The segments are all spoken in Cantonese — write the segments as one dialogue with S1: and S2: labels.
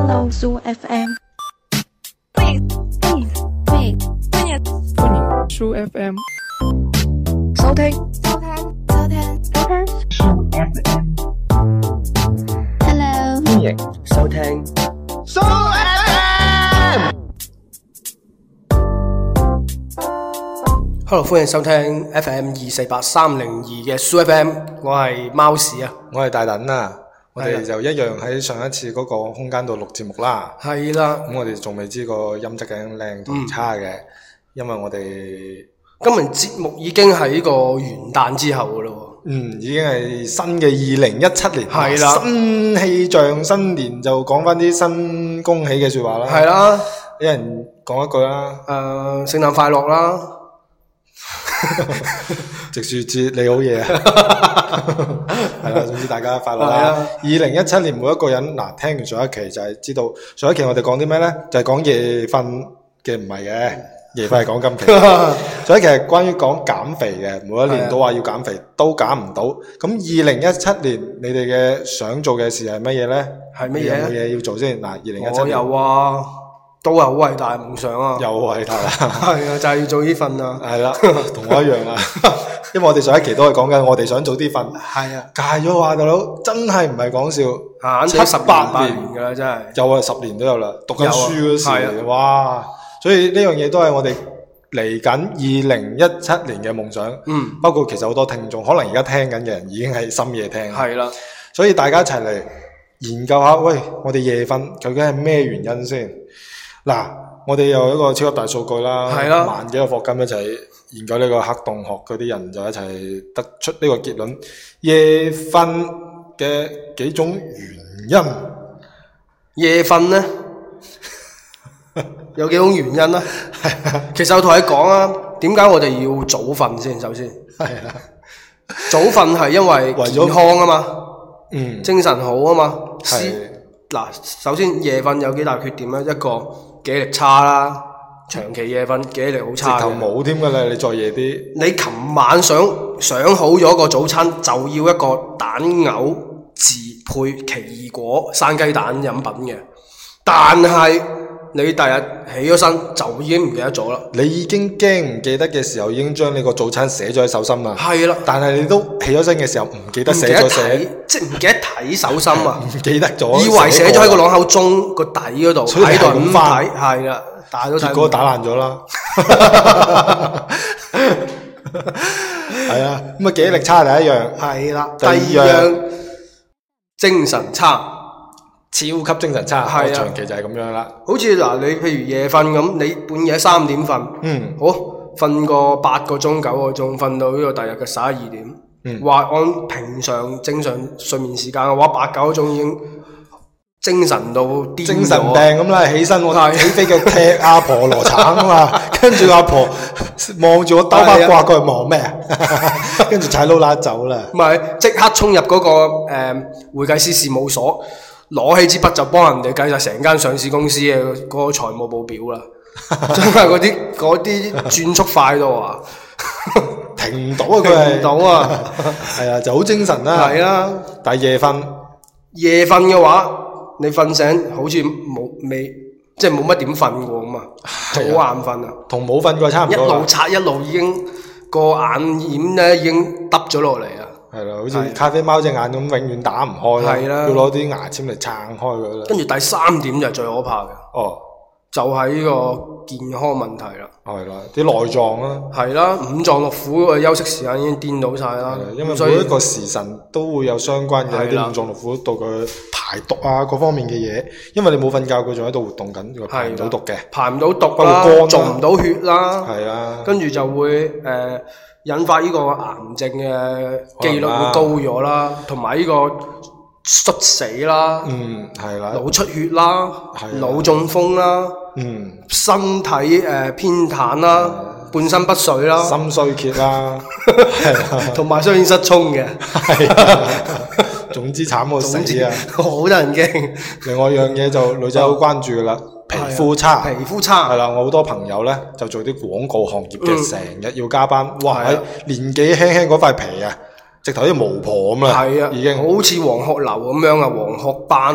S1: FM。
S2: 书 FM。
S3: 收听
S1: Hello，
S3: 收听。Hello，歡迎收聽 FM 二四八三零二嘅 s FM，我係貓屎啊，
S4: 我係大等啊，我
S3: 係啊
S4: 哋就一樣喺上一次嗰個空間度錄節目啦。
S3: 係啦，
S4: 咁我哋仲未知個音質究竟靚
S3: 嗯
S4: 同差嘅，因為我哋
S3: 今日節目已經喺個元旦之後噶咯
S4: 嗯已經係新嘅二零一七年，
S3: 係啦
S4: 新氣象，新年就講翻啲新恭喜嘅説話啦。
S3: 喎，係，啦，
S4: 一人講一句啦。
S3: 誒、聖誕快樂 啦，
S4: 植樹節你好嘢啊！係啦，總之大家快樂
S3: 係
S4: 啦
S3: 啊！
S4: 二零一七年每一個人嗱，聽完上一期就係知道上一期我哋講啲咩呢？就係、講夜瞓嘅，唔係嘅，
S3: 嗯
S4: 夜瞓係講 今期。上一期係關於講減肥嘅，每一
S3: 係啊
S4: 年都話要減肥，都減唔到。咁二零一七年你哋嘅想做嘅事係乜嘢呢？
S3: 係乜嘢
S4: 你有冇嘢要做先？嗱，二零一七
S3: 我
S4: 年又
S3: 有啊，都係好偉大嘅夢想啊，
S4: 係頭啦。
S3: 係啊，就係、要做呢份啊，
S4: 係啦，同我一樣啦，因為我哋上一期都係講緊，我哋想早啲瞓。
S3: 係啊，
S4: 戒咗啊，大佬真係唔係講笑，
S3: 眼睇十
S4: 七
S3: 年
S4: 八
S3: 八
S4: 年
S3: 年噶啦，真係，
S4: 有啊十年都有啦，讀緊書嗰時
S3: 有啊係啊
S4: 嚟嘅，哇！所以呢樣嘢都係我哋嚟緊二零一七年嘅夢想。
S3: 嗯，
S4: 包括其實好多聽眾，可能而家聽緊嘅人已經係深夜聽，
S3: 係啦，
S4: 所以大家一齊嚟研究下，喂，我哋夜瞓究竟係咩原因先？嗱，我哋有一個超級大數據啦，
S3: 係啦
S4: 萬幾個霍金一齊研究呢個黑洞學嗰啲人就一齊得出呢個結論：夜瞓嘅幾種原因。
S3: 夜瞓 咧有幾種原因啦。其實我同你講啊，點解我哋要早瞓先？首先，
S4: 係啦，
S3: 早瞓係因為
S4: 為咗
S3: 健康啊嘛，
S4: 嗯，
S3: 精神好啊嘛。
S4: 係
S3: 思嗱，首先夜瞓有幾大缺點咧？一個記憶力差啦，長期夜瞓記憶力好
S4: 直
S3: 差嘅
S4: 頭冇添㗎啦，你再夜啲，
S3: 你琴晚想想好咗個早餐，就要一個蛋牛治配奇異果生雞蛋飲品嘅，但係你第日起咗身就已經唔記得咗啦。
S4: 你已經驚唔記得嘅時候，已經將你個早餐寫咗喺手心啦。
S3: 係啦，
S4: 但係你都起咗身嘅時候唔記
S3: 唔
S4: 得
S3: 記
S4: 寫
S3: 得
S4: 咗寫
S3: 睇，，即係唔記得睇手心 啊，
S4: 唔記得咗，
S3: 以為寫咗喺個
S4: 過
S3: 朗口中個底嗰度，
S4: 所以你
S3: 喺度
S4: 係咁
S3: 咁
S4: 翻
S3: 睇，係啦，打咗睇
S4: 結
S3: 唔
S4: 果
S3: 到
S4: 打爛咗 啦。係啊，咁啊記憶力差係第一樣，
S3: 係啦。
S4: 第
S3: 第
S4: 二
S3: 二樣精神差。
S4: 超級精神差，
S3: 係啊
S4: 我長期就係咁樣啦。
S3: 好似嗱，你譬如夜瞓咁，你半夜三點瞓，
S4: 嗯，
S3: 好瞓個八個鐘九個鐘，瞓到呢個第日嘅十一二點，
S4: 嗯
S3: 話、按平常正常睡眠時間嘅話，八九個鐘已經精神到癲咗
S4: 精神病咁啦，起身我起飛腳踢阿婆羅橙啊 嘛，跟住阿婆望住我兜巴掛過去望咩啊， 跟住踩撈啦走啦。
S3: 唔係即刻衝入嗰、個誒、會計師事務所，攞起支筆就幫人哋計晒成間上市公司嘅嗰個財務報 表啦，真係嗰啲嗰啲轉速快到 啊，
S4: 停唔到啊！佢
S3: 停
S4: 係
S3: 唔到啊，
S4: 係 啊，就好精神啦。
S3: 係啊。
S4: 但係夜瞓
S3: 夜瞓嘅話，你瞓醒好似冇未，即係冇乜點瞓過咁啊，就好
S4: 係
S3: 眼瞓啊，
S4: 同冇瞓過差唔
S3: 一
S4: 多
S3: 路
S4: 啦。
S3: 刷一路已經個眼掩咧已經耷咗落嚟啊啦，
S4: 係啦，好似咖啡貓隻眼咁，永遠打唔開啦。
S3: 係啦
S4: 要攞啲牙籤嚟撐開佢啦。
S3: 跟住第三點就係最可怕嘅，
S4: 哦，
S3: 就係、呢個健康問題啦，
S4: 係啦，啲內臟啦，
S3: 係啦，五臟六腑嘅休息時間已經顛倒晒啦
S4: 係啦，因為
S3: 嗯咁所以
S4: 每一個時辰都會有相關嘅
S3: 係
S4: 啲
S3: 啦
S4: 五臟六腑到佢排毒啊，各方面嘅嘢。因為你冇瞓覺，佢仲喺度活動緊，佢排唔到毒嘅。
S3: 排唔到毒
S4: 包括肝啊
S3: 啦，
S4: 啦
S3: 做唔到血啦，
S4: 係啊，
S3: 跟住就會誒、呃引發呢個癌症嘅機率會高咗啦，同埋呢個摔死啦、
S4: 嗯，係啦，
S3: 腦出血啦
S4: 係啊、
S3: 腦中風啦、
S4: 嗯，
S3: 身體誒、呃偏袒
S4: 啊
S3: 啦、半身不遂啦，
S4: 心衰竭 啦，係啦，
S3: 同埋雙肩失聰嘅，
S4: 係啊，總之慘過
S3: 總
S4: 死
S3: 之
S4: 啊！
S3: 好得人驚。
S4: 另外一樣嘢就女仔好關注噶啦，皮
S3: 啊
S4: 膚差
S3: 皮膚
S4: 啊係
S3: 差，
S4: 啦。我好多朋友咧就做啲廣告行業
S3: 嗯
S4: 嘅，成日要加班，哇！
S3: 係啊
S4: 年紀輕輕嗰塊皮啊，直頭好似巫婆咁啦，
S3: 係啊，
S4: 已經
S3: 好似黃鶴樓咁樣啊，黃鶴斑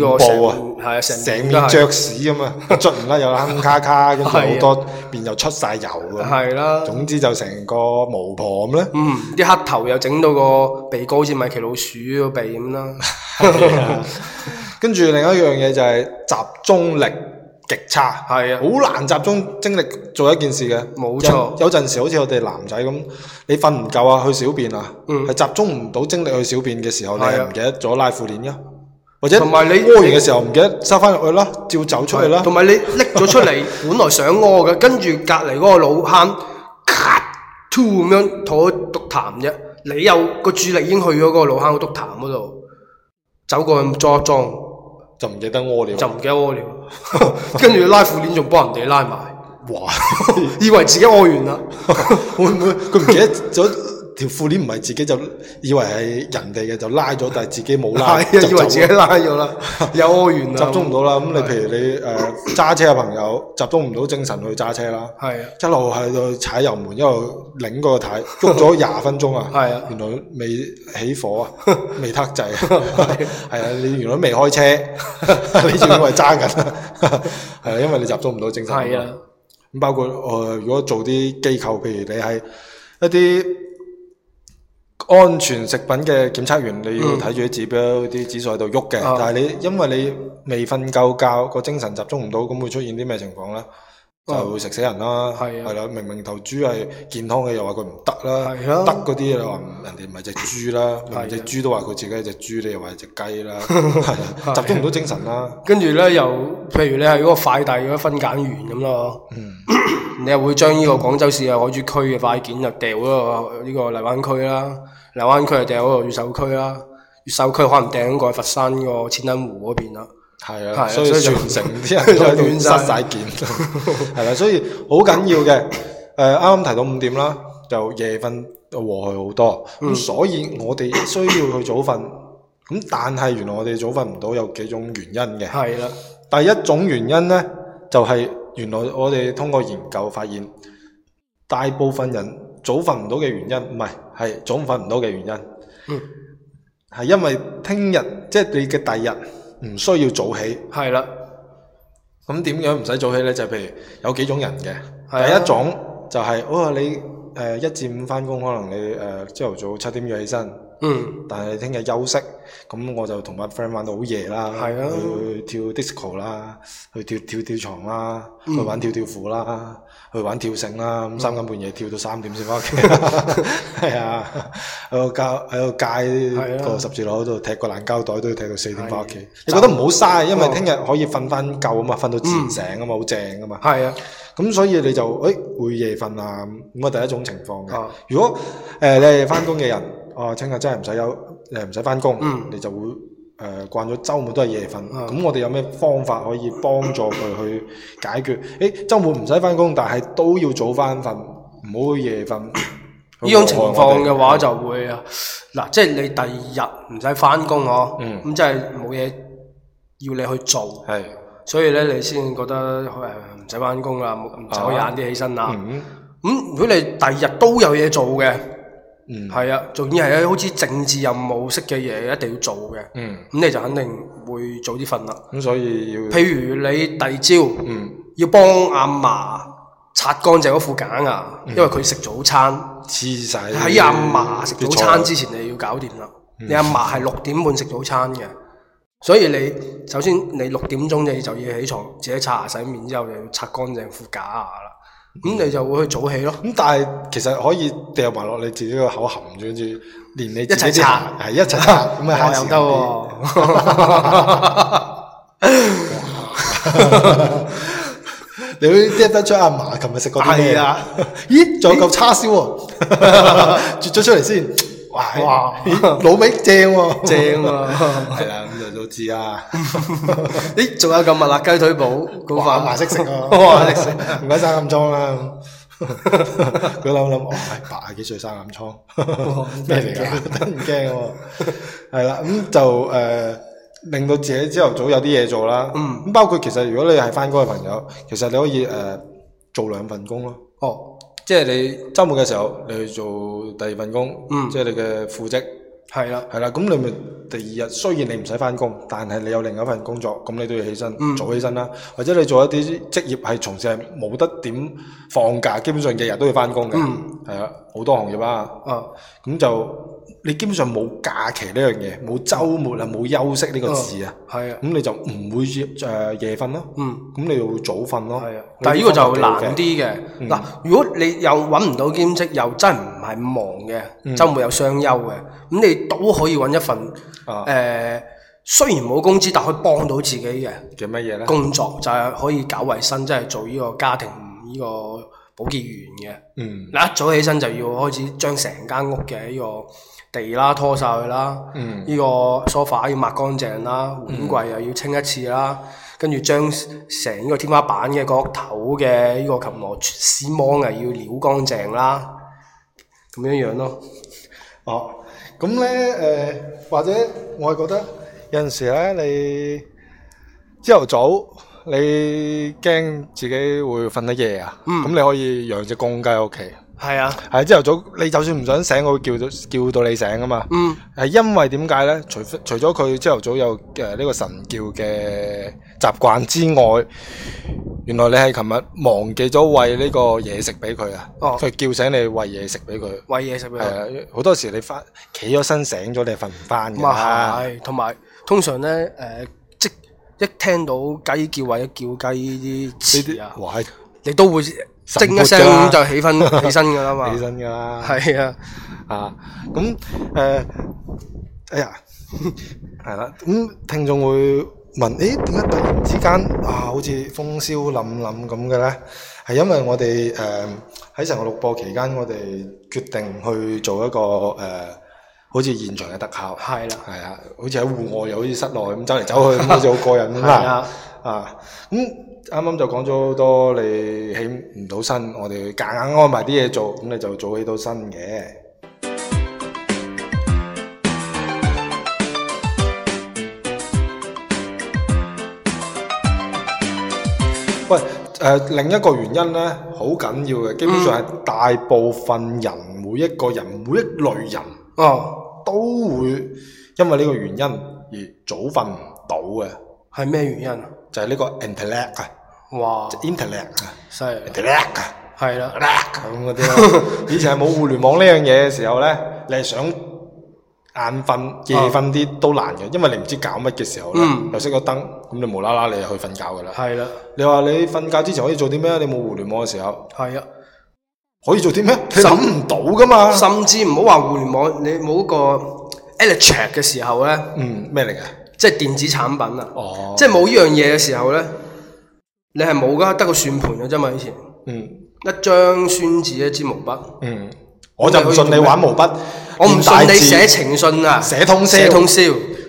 S3: 呢個成
S4: 布啊！
S3: 係啊，成
S4: 成
S3: 面都
S4: 面
S3: 係
S4: 着屎咁啊，捽完啦又坑卡卡，跟住
S3: 係
S4: 好
S3: 啊
S4: 多面又出晒油咁。
S3: 係啊啦，。
S4: 總之就成個巫婆咁咧
S3: 嗯，啲黑頭又整到個鼻哥好似米奇老鼠個鼻咁 啦，
S4: 跟住另一樣嘢就係集中力極差，
S3: 係啊，
S4: 好難集中精力做一件事嘅。
S3: 冇
S4: 有
S3: 錯，
S4: 有陣時好似我哋男仔咁，你瞓唔夠啊，去小便啊，
S3: 嗯
S4: 係集中唔到精力去小便嘅時候，你
S3: 係
S4: 係
S3: 啊
S4: 唔記得咗拉褲鏈噶，或者
S3: 同埋你
S4: 屙完嘅時候唔記得收翻入去啦，照走出去啦。
S3: 同埋你拎咗出 嚟，本來想屙嘅，跟住隔離嗰個老坑咔 two 咁樣同我督痰啫，你又個注意力已經去咗嗰個老坑個督痰嗰度，走過去裝一裝，
S4: 嗯就唔記得屙尿。
S3: 就唔記得屙尿， 跟住拉褲鏈仲幫人哋拉埋，
S4: 哇！
S3: 以為自己屙完 啦，
S4: 會唔會佢唔記得咗條褲鏈唔係自己就以為係人哋嘅就拉咗，但係自己冇拉，
S3: 係啊，
S4: 就
S3: 以為自己
S4: 走
S3: 拉咗啦，又屙完啊啦，
S4: 集中唔到啦。咁你譬如你誒揸車嘅朋友集中唔到精神去揸車啦，
S3: 係啊，
S4: 一路喺度踩油門，一路擰嗰 個軚，喐咗廿分鐘啊！
S3: 係啊
S4: 原來未起 火啊，未撻掣啊，係啊！你原來未開 車，你仲以為揸緊啊？係啊，因為你集中唔到精神。
S3: 係啊。
S4: 咁包括誒、呃如果做啲機構，譬如你係一啲安全食品嘅檢測員，你要睇住啲指標、啲指數喺度喐嘅。
S3: 啊
S4: 但係你因為你未瞓夠覺，個精神集中唔到，咁會出現啲咩情況咧？就會食死人啦，
S3: 啊係啊
S4: 係啦，明明頭豬係健康嘅，又話佢唔得啦，
S3: 係啊
S4: 得嗰啲又話唔人哋唔係只豬啦，明明
S3: 係
S4: 只
S3: 啊
S4: 豬都話佢自己係只豬，你又話係只雞 啦，係啊集中唔到精神啦，
S3: 跟住咧，又譬如你係嗰個快遞嗰個分揀員咁咯，
S4: 嗯
S3: 你又會將呢個廣州市嘅啊海珠區嘅快件就掉咗落呢個荔灣區啦，荔灣區就掉咗落越秀區啦，越秀區可能掟過去佛山個千燈湖嗰邊啦。
S4: 係
S3: 係
S4: 啊，
S3: 啊
S4: 所以
S3: 所以就
S4: 全城啲人 都喺度
S3: 亂
S4: 失
S3: 晒
S4: 晒件，係啦，所以好緊要嘅。誒啱啱提到五點啦，就夜瞓和去好多，咁、所以我哋需要去早瞓。咁但係原來我哋早瞓唔到有幾種原因嘅。
S3: 係啦，
S4: 第一種原因呢，就係、原來我哋通過研究發現，大部分人早瞓唔到嘅原因，唔係係早瞓唔到嘅原因，
S3: 嗯
S4: 係因為聽日即係你嘅第日唔需要早起。
S3: 係啦，
S4: 咁點樣唔使早起呢？就係譬如有幾種人嘅，
S3: 係啊
S4: 第一種就係、哦你誒一至五翻工，可能你誒朝頭早七點要起身，
S3: 嗯，
S4: 但係你聽日休息，咁我就同班 friend 玩到好夜啦，
S3: 係啊
S4: 去跳 disco 啦，去跳跳跳床啦，
S3: 嗯
S4: 去玩跳跳虎啦，去玩跳繩啦，咁三更半夜跳到三點先翻屋企， 係啊，喺個街喺
S3: 係
S4: 個
S3: 啊
S4: 街個十字路口度踢個爛膠袋都要踢到四點翻屋企
S3: 係，嗯
S4: 你覺得唔好嘥，因為聽日可以瞓翻夠啊嘛，瞓到自然醒啊嘛，好正啊嘛。
S3: 係啊，
S4: 咁所以你就誒、哎、會夜瞓啊，咁咁啊第一種情況嘅。
S3: 啊
S4: 如果誒、呃你係翻工嘅人，哦聽日真係唔使休，呃誒唔使翻工，
S3: 嗯
S4: 你就會誒、呃、慣咗週末都係夜瞓。
S3: 啊
S4: 咁、我哋有咩方法可以幫助佢 去解決？誒週末唔使翻工，但係都要早翻瞓，唔好夜瞓。
S3: 呢種情況
S4: 我
S3: 嘅
S4: 哋
S3: 話就會啊，嗱，即係你第二日唔使翻工嗬，
S4: 嗯
S3: 咁即係冇嘢要你去做，
S4: 係
S3: 所以咧你先覺得誒唔使翻工啦，唔使
S4: 啊
S3: 晏啲起身啦。
S4: 嗯
S3: 咁、如果你第二日都有嘢做嘅，
S4: 嗯
S3: 係啊，仲要係好似政治任務式嘅嘢一定要做嘅，咁、
S4: 嗯，
S3: 你就肯定會早啲瞓啦。
S4: 咁所以要
S3: 譬如你第二朝
S4: 嗯
S3: 要幫阿嫲擦乾淨嗰副假牙，因為佢食早餐，
S4: 黐晒
S3: 喺阿嫲食
S4: 啲
S3: 早餐
S4: 菜
S3: 之前你要搞掂啦。你阿嫲係六點半食早餐嘅，所以你首先你六點鐘你就要起床，自己刷牙洗面之後，你要擦乾淨副假牙啦。咁你就會去早起咯。
S4: 咁但係其實可以掉埋落你自己個口含住，跟住連你自己
S3: 一齊
S4: 啲
S3: 刷
S4: 牙係 一齊刷，咁啊慳時間啲。你會 get 得出阿嫲琴日食過啲咩？
S3: 係啊！
S4: 咦，仲有嚿叉 燒喎，啜咗出嚟先。哇！
S3: 哇
S4: 咦老味 正喎，
S3: 正啊！
S4: 係啦，咁就都知啦。
S3: 咦，仲有咁麻辣雞腿堡嗰
S4: 哇！阿嫲
S3: 飯，
S4: 識食啊，
S3: 哇識食
S4: 唔該生暗瘡啦。佢諗諗，哦，係八廿幾歲生暗瘡，咩嚟㗎？哦真唔驚喎。係啦，咁就誒令到自己朝頭早有啲嘢做啦。咁包括其實如果你係翻工嘅朋友，其實你可以誒做兩份工咯。
S3: 哦，
S4: 嗯即係你周末嘅時候，你去做第二份工，即係你嘅副職，
S3: 係啦，
S4: 係啦，咁你咪第二日雖然你唔使翻工，但係你有另一份工作，咁你都要起身、
S3: 嗯
S4: 早起身啦，或者你做一啲職業係從事係冇得點放假，基本上日日都要翻工嘅，
S3: 嗯
S4: 係啊、好多行業啊，
S3: 啊，
S4: 咁就你基本上冇假期呢樣嘢，冇週末啊，冇休息呢個字啊，
S3: 係啊
S4: 咁、，你就唔會誒、呃夜瞓咯，
S3: 嗯。
S4: 咁你就會早瞓咯，
S3: 係啊，但係呢個就難
S4: 哦呢
S3: 啲嘅。嗱、
S4: 嗯
S3: 如果你又揾唔到兼職，又真係唔係忙嘅，
S4: 嗯
S3: 週末有雙休嘅，咁你都可以揾一份誒、
S4: 啊
S3: 雖然冇工資，但可以幫到自己嘅
S4: 叫乜嘢咧？
S3: 工作，就係、可以搞衞生，即係做呢個家庭呢、個保潔員嘅。
S4: 嗯
S3: 嗱，一早起身就要開始將成間屋嘅呢個地啦拖晒佢啦，呢、
S4: 嗯
S3: 個 sofa 要抹乾淨啦，碗櫃又要清一次啦，跟住將成呢個天花板嘅角頭嘅呢個琴羅絲芒啊要撩乾淨啦，咁樣樣咯。
S4: 哦，咁咧誒，或者我係覺得有陣時咧，你朝頭早你驚自己會瞓得夜啊，
S3: 嗯
S4: 咁、你可以養只公雞喺屋企。
S3: 係啊，
S4: 係朝頭早你就算唔想醒，我會叫到叫到你醒噶啊嘛。
S3: 嗯，
S4: 係因為點解咧？除非除咗佢朝頭早有誒呢個神叫嘅習慣之外，原來你係琴日忘記咗餵呢個嘢食俾佢啊！
S3: 哦
S4: 佢叫醒你餵嘢食俾佢。
S3: 餵嘢食俾佢。
S4: 係啊，好多時你翻企咗身醒咗，你係瞓唔翻㗎
S3: 咁啊
S4: 啦。
S3: 係，同埋通常咧誒、呃即一聽到雞叫或者叫雞呢
S4: 呢
S3: 啲詞啊
S4: 啲，哇，係
S3: 你都會
S4: 神
S3: 叮一
S4: 活㗎啦
S3: 聲就 起身起身㗎啦嘛。
S4: 起身㗎啦。
S3: 係啊，
S4: 啊，咁誒，哎呀， 係啦。咁聽眾會問：咦，點解突然之間啊，好似風蕭冧冧咁嘅咧？係因為我哋誒喺成個錄播期間，我哋決定去做一個誒、呃好似現場嘅特效。
S3: 係啦，
S4: 係啊，好似喺戶外又好似室內咁走嚟走去，咁好似好過癮咁
S3: 係
S4: 啦
S3: 啊。
S4: 啊，咁啱啱就講咗好多，你起唔到身，我哋夾硬安排啲嘢做，咁你就早起到身嘅。喂，誒、另一個原因咧，好緊要嘅，基本上係大部分人，每一個人，每一類人。
S3: 哦，
S4: 都會因為呢個原因而早瞓唔到嘅，
S3: 係咩原因啊？
S4: 就係、呢個 intellect 啊
S3: 哇，
S4: ，intellect 啊
S3: 犀利，
S4: ，intellect 啊
S3: 係啦，
S4: ，intellect 咁嗰啲啦。以前係冇互聯網呢樣嘢嘅時候咧，你係想眼瞓、夜瞓啲都難嘅，因為你唔知搞乜嘅時候咧，
S3: 嗯
S4: 又熄咗燈，咁你無啦啦你就去瞓覺噶啦。
S3: 係啦，
S4: 你話你瞓覺之前可以做啲咩？你冇互聯網嘅時候
S3: 係啊，
S4: 可以做啲咩？你諗唔到噶嘛？
S3: 甚至唔好話互聯網，你冇嗰個 electric 嘅時候咧，
S4: 嗯，咩嚟嘅？
S3: 即係電子產品啊，
S4: 哦
S3: 即係冇呢樣嘢嘅時候咧，你係冇噶，得個算盤嘅啫嘛，以前
S4: 嗯。
S3: 一張宣紙一支毛筆，
S4: 嗯，我就唔信你玩毛筆，
S3: 我唔
S4: 練大
S3: 信你
S4: 字
S3: 寫情信啊，
S4: 寫通宵
S3: 寫通宵，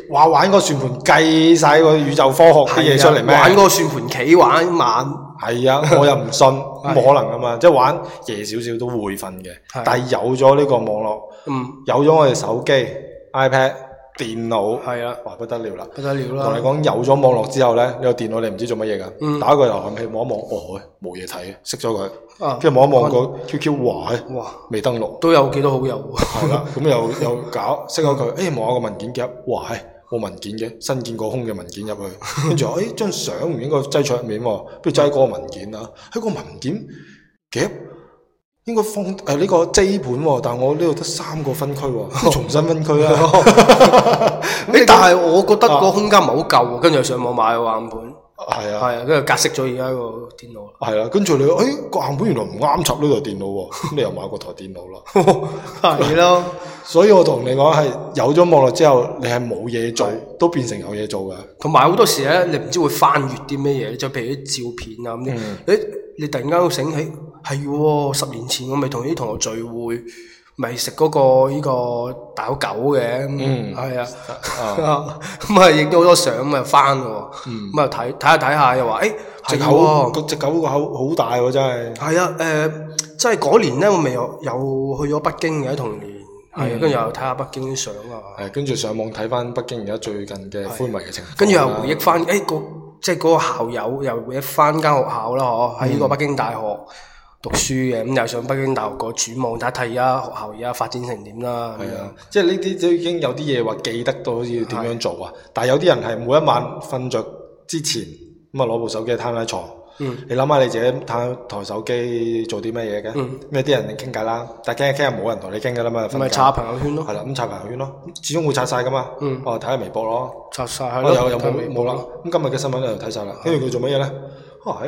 S4: 話玩個算盤計晒個宇宙科學啲嘢出嚟咩？
S3: 啊玩嗰個算盤棋玩一晚，
S4: 係啊，我又 唔信，冇可能噶嘛，即係玩夜少少都會瞓嘅
S3: 係。
S4: 但係有咗呢個網絡，
S3: 嗯，
S4: 有咗我哋手機、iPad、電腦，
S3: 係啊，
S4: 哇不得了啦！
S3: 不得了啦，
S4: 同你講，有咗網絡之後咧，你個電腦你唔知做乜嘢
S3: 嗯
S4: 㗎，打個瀏覽器望一望，哦，冇嘢睇，熄咗
S3: 啊
S4: 佢，跟住望一望個 QQ，哇，
S3: 哇，
S4: 未登錄。
S3: 都有幾多好友喎，
S4: 係啦，咁又又搞識咗佢，誒望下個文件夾，哇係冇文件嘅，新建過空嘅文件入去，跟住話 誒張相唔應該擠桌入面喎，不如擠個文件啦，喺個文件夾應該放誒呢、個 J 本喎，但我呢度得三個分區喎，重新分區啊啦。
S3: 誒，但係我覺得
S4: 啊
S3: 個空間唔係好夠喎，跟住就上網買個硬盤。
S4: 係啊。
S3: 係啊，跟住格式咗而家個電腦啦。
S4: 係啦，跟住你，誒、個硬盤原來唔啱插呢台電腦喎，咁你又買過台電腦啦。
S3: 係咯，
S4: 所以我同你講係有咗網絡之後，你係冇嘢做，都變成有嘢做㗎。
S3: 同埋好多時咧，你唔知會翻閱啲咩嘢，就譬如啲照片啊咁啲。
S4: 嗯
S3: 你你突然間會醒起，係喎，十年前我咪同啲同學聚會，咪食嗰個呢個大口狗嘅，
S4: 嗯
S3: 係啊， 咁啊影咗好多相咪翻喎，
S4: 嗯
S3: 咁啊睇睇下睇下又話，誒
S4: 隻
S3: 係
S4: 口
S3: 喎，
S4: 個隻狗個口好大喎，真係。
S3: 係啊，誒，即係嗰年咧，我咪有有去咗北京嘅童年，
S4: 嗯
S3: 係啊，跟住又睇下北京啲相啊。
S4: 係跟住上網睇翻北京而家最近嘅灰迷嘅情況啦
S3: 跟住又回憶
S4: 哦
S3: 翻，誒、
S4: 嗯
S3: 個即係嗰個校友又回憶翻間學校啦，嗬，喺呢個北京大學讀書嘅，咁又上北京大學個展望睇睇而家學校而家發展成點啦，咁
S4: 係
S3: 樣
S4: 啊，即係呢啲都已經有啲嘢話記得到好似點樣做啊，但係有啲人係每一晚瞓着之前咁啊攞部手機攤喺床，
S3: 嗯
S4: 你諗下你自己攤台手機做啲咩嘢嘅？
S3: 嗯
S4: 咩啲人傾偈啦，但係傾一傾下冇人同你傾㗎啦嘛，
S3: 咁
S4: 瞓
S3: 咪
S4: 覺
S3: 刷朋友圈
S4: 係
S3: 咯，
S4: 啦，咁刷朋友圈咯，始終會刷晒㗎嘛，
S3: 嗯
S4: 我睇下微博咯。
S3: 刷晒
S4: 啊
S3: 係咯，
S4: 有有冇
S3: 睇
S4: 冇啦？咁今日嘅新聞咧就睇晒啦。跟住佢做乜嘢咧？啊，喺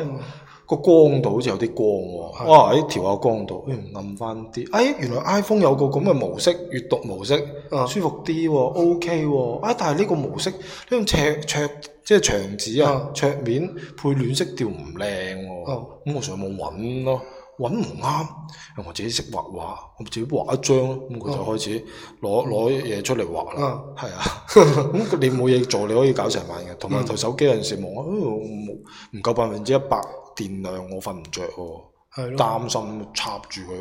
S4: 個光度好似有啲光喎。啊，喺調下光度，嗯，暗翻啲。哎，原來 iPhone 有個咁嘅模式，閱讀模式
S3: 啊
S4: 舒服啲喎，OK 喎。啊，但係呢個模式呢種赤赤即係牆紙啊
S3: 啊，
S4: 桌面配暖色調唔靚喎
S3: 哦。
S4: 咁我上網揾咯。揾唔啱，我自己識畫畫，我自己畫一張咯，咁佢就開始攞攞嘢出嚟畫啦。
S3: 啊
S4: 係啊， 咁你冇嘢做，你可以搞成晚嘅。同
S3: 嗯
S4: 埋台手機有陣時望，哎我冇唔夠百分之一百電量，我瞓唔着喎，
S3: 係咯，
S4: 擔心插住佢，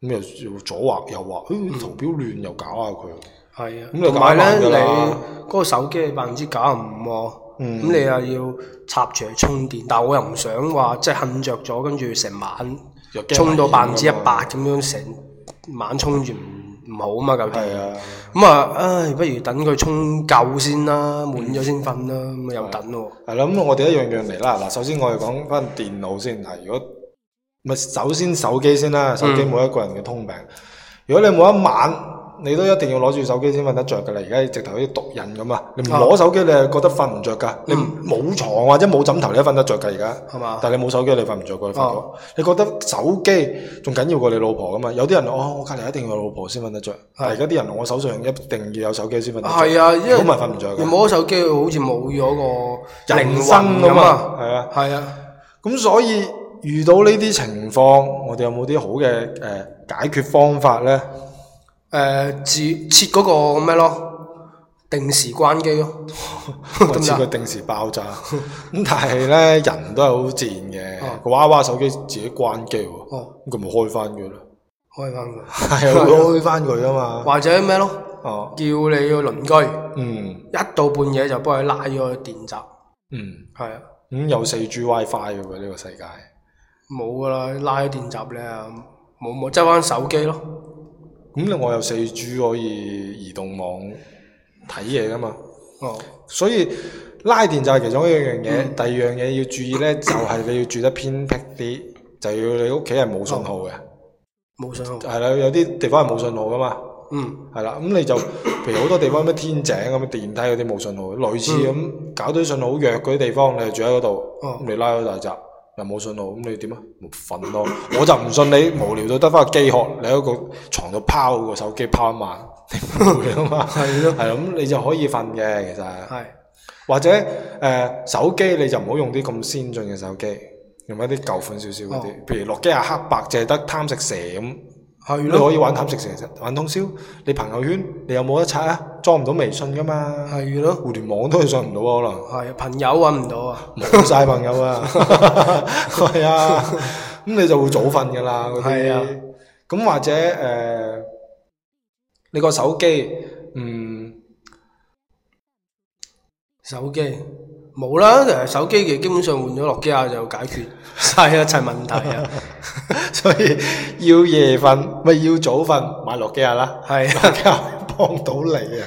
S4: 咁又又左畫右畫，
S3: 嗯
S4: 哎圖標亂又搞下佢。
S3: 係啊
S4: 咁，就
S3: 同埋咧
S4: 搞爛㗎
S3: 你
S4: 啦
S3: 嗰個手機係百分之九十五喎，
S4: 嗯
S3: 咁你又要插住嚟充電，但我又唔想話即係瞓着咗，跟住成晚
S4: 又驚
S3: 充到
S4: 危險
S3: 百分
S4: 㗎嘛
S3: 之一百咁樣，成晚充住唔唔好啊嘛，嚿電
S4: 係。啊，
S3: 咁啊，唉，不如等佢充夠先啦，滿咗先瞓啦，
S4: 嗯
S3: 咁啊又等喎。
S4: 係啦，咁我哋一樣樣嚟啦。嗱，首先我哋講翻電腦先。嗱，如果咪首先手機先
S3: 嗯
S4: 啦，手機每一個人嘅通病。如果你每一晚你都一定要攞住手機先瞓得着㗎啦，而家直頭好似毒癮咁啊！你唔攞手機，你係覺得瞓唔着㗎。你冇床或者冇枕頭，你都瞓得着㗎而家。
S3: 嗯係嘛
S4: 但係你冇手機，你瞓唔着㗎。你發覺
S3: 哦
S4: 你覺得手機仲緊要過你老婆㗎嘛？有啲人哦，我隔離一定要有老婆先瞓得着。但係而家啲人，我手上一定要有手機先瞓得着。
S3: 啊係啊，因為
S4: 如果唔係瞓唔着㗎。
S3: 你冇咗手機，好似冇咗個
S4: 人
S3: 靈
S4: 生
S3: 魂
S4: 咁
S3: 咁
S4: 啊，
S3: 啊。
S4: 係啊。
S3: 係啊，
S4: 咁所以遇到呢啲情況，我哋有冇啲好嘅誒、呃解決方法 呢？
S3: 誒自設呃嗰個咩咯，定時關機咯，
S4: 我
S3: 得唔
S4: 知佢
S3: 得？啊
S4: 定時爆炸，咁但係呢，人都係好賤嘅，
S3: 哦
S4: 個娃娃手機自己關機喎，
S3: 哦
S4: 咁佢咪開翻佢咯，
S3: 開翻佢，
S4: 係啊，會開翻佢噶嘛，
S3: 或者咩咯，
S4: 哦，
S3: 叫你個鄰居
S4: 嗯
S3: 一到半夜就幫佢拉咗去電閘，
S4: 嗯，
S3: 係啊，
S4: 咁有四 G WiFi 嘅喎呢個世界，
S3: 冇噶啦，拉咗電閘咧，啊冇冇執翻手機咯。
S4: 咁我有四 G 可以移動網睇嘢噶嘛。
S3: 哦，
S4: 所以拉電就係其中一樣嘢，
S3: 嗯
S4: 第二樣嘢要注意 呢，就係你要住得偏僻啲，就要你屋企係冇信號嘅，
S3: 冇信號。
S4: 係啦、有啲地方係冇信號噶嘛，
S3: 嗯，
S4: 係啦，咁 你就譬如好多地方咩天井咁電梯嗰啲冇信號，類似咁、搞到啲信號好弱嗰啲地方，你就住喺嗰度，
S3: 嗯
S4: 咁、
S3: 哦
S4: 你拉咗大閘又冇信號，咁你點啊？咪瞓咯， 我就唔信你無聊到得翻個機殼，你喺個床度拋個手機拋一晚， 你唔會啊嘛，
S3: 係咯
S4: 係啦，咁你就可以瞓嘅其實。
S3: 係。
S4: 或者誒、呃手機你就唔好用啲咁先進嘅手機，用一啲舊款少少嗰啲，
S3: 哦
S4: 譬如諾基亞黑白淨係得貪食蛇咁，
S3: 係
S4: 你
S3: 咯，
S4: 可以玩貪食蛇玩通宵。你朋友圈你有冇得刷啊？裝唔到微信噶 嘛，
S3: 係咯，
S4: 互聯網都係上唔到啊可能。
S3: 係啊朋友揾唔到啊，
S4: 冇晒朋友啊，係啊，咁你就會早瞓噶啦嗰
S3: 係啊
S4: 啲。咁或者誒、呃你個手機嗯。
S3: 手機冇啦，誒手機嘅基本上換咗諾基亞就解決晒一切問題啊，
S4: 所以要夜瞓，咪要早瞓，買諾基亞啦，
S3: 係啊
S4: 諾基亞幫到你啊！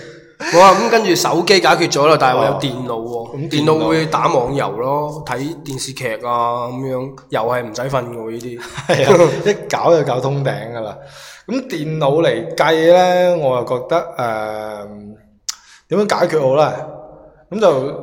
S3: 冇啊，咁跟住手機解決咗啦，但係我有
S4: 哦
S3: 電腦
S4: 咁
S3: 喎，
S4: 電
S3: 電
S4: 腦
S3: 腦會打網遊咯，睇電視劇啊咁樣，又係唔使瞓嘅喎 呢
S4: 係啊，一搞就搞通頂噶啦。咁電腦嚟計呢，我又覺得誒點、樣解決好呢？咁就好
S3: 啲，誒